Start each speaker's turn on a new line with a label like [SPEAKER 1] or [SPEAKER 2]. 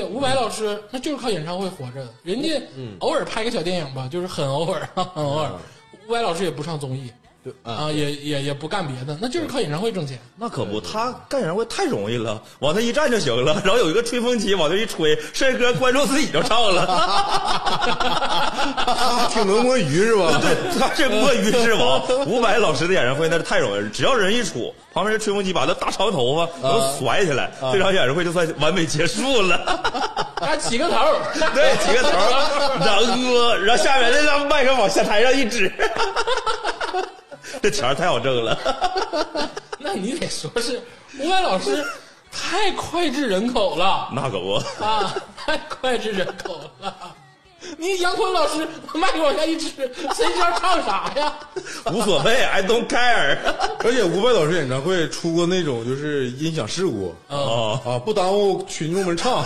[SPEAKER 1] 伍佰老师那就是靠演唱会活着的，人家偶尔拍个小电影吧，就是很偶尔， 很偶尔。伍佰老师也不上综艺
[SPEAKER 2] 对
[SPEAKER 1] 啊，
[SPEAKER 2] 啊，
[SPEAKER 1] 也也也不干别的，那就是靠演唱会挣钱。
[SPEAKER 3] 那可不，他干演唱会太容易了，往那一站就行了，然后有一个吹风机往那一吹，帅哥观众自己就唱了。
[SPEAKER 2] 他挺能摸鱼是吧？
[SPEAKER 3] 对，他是摸鱼之王，伍佰老师的演唱会那是太容易了，只要人一杵，旁边人吹风机把那大长头发能甩起来，这场演唱会就算完美结束了。
[SPEAKER 1] 他起个头儿，
[SPEAKER 3] 对，起个头，然后然后下面那张麦克往下台上一指， 这钱儿太好挣了。
[SPEAKER 1] 那你得说是伍佰老师太脍炙人口了
[SPEAKER 3] 那可不，
[SPEAKER 1] 啊，太脍炙人口了。你杨坤老师麦克往下一指，谁知道唱啥呀？
[SPEAKER 3] 无所谓，I don't care。
[SPEAKER 2] 而且伍佰老师演唱会出过那种就是音响事故
[SPEAKER 1] 啊
[SPEAKER 3] 哦。
[SPEAKER 2] 啊，不耽误群众们唱。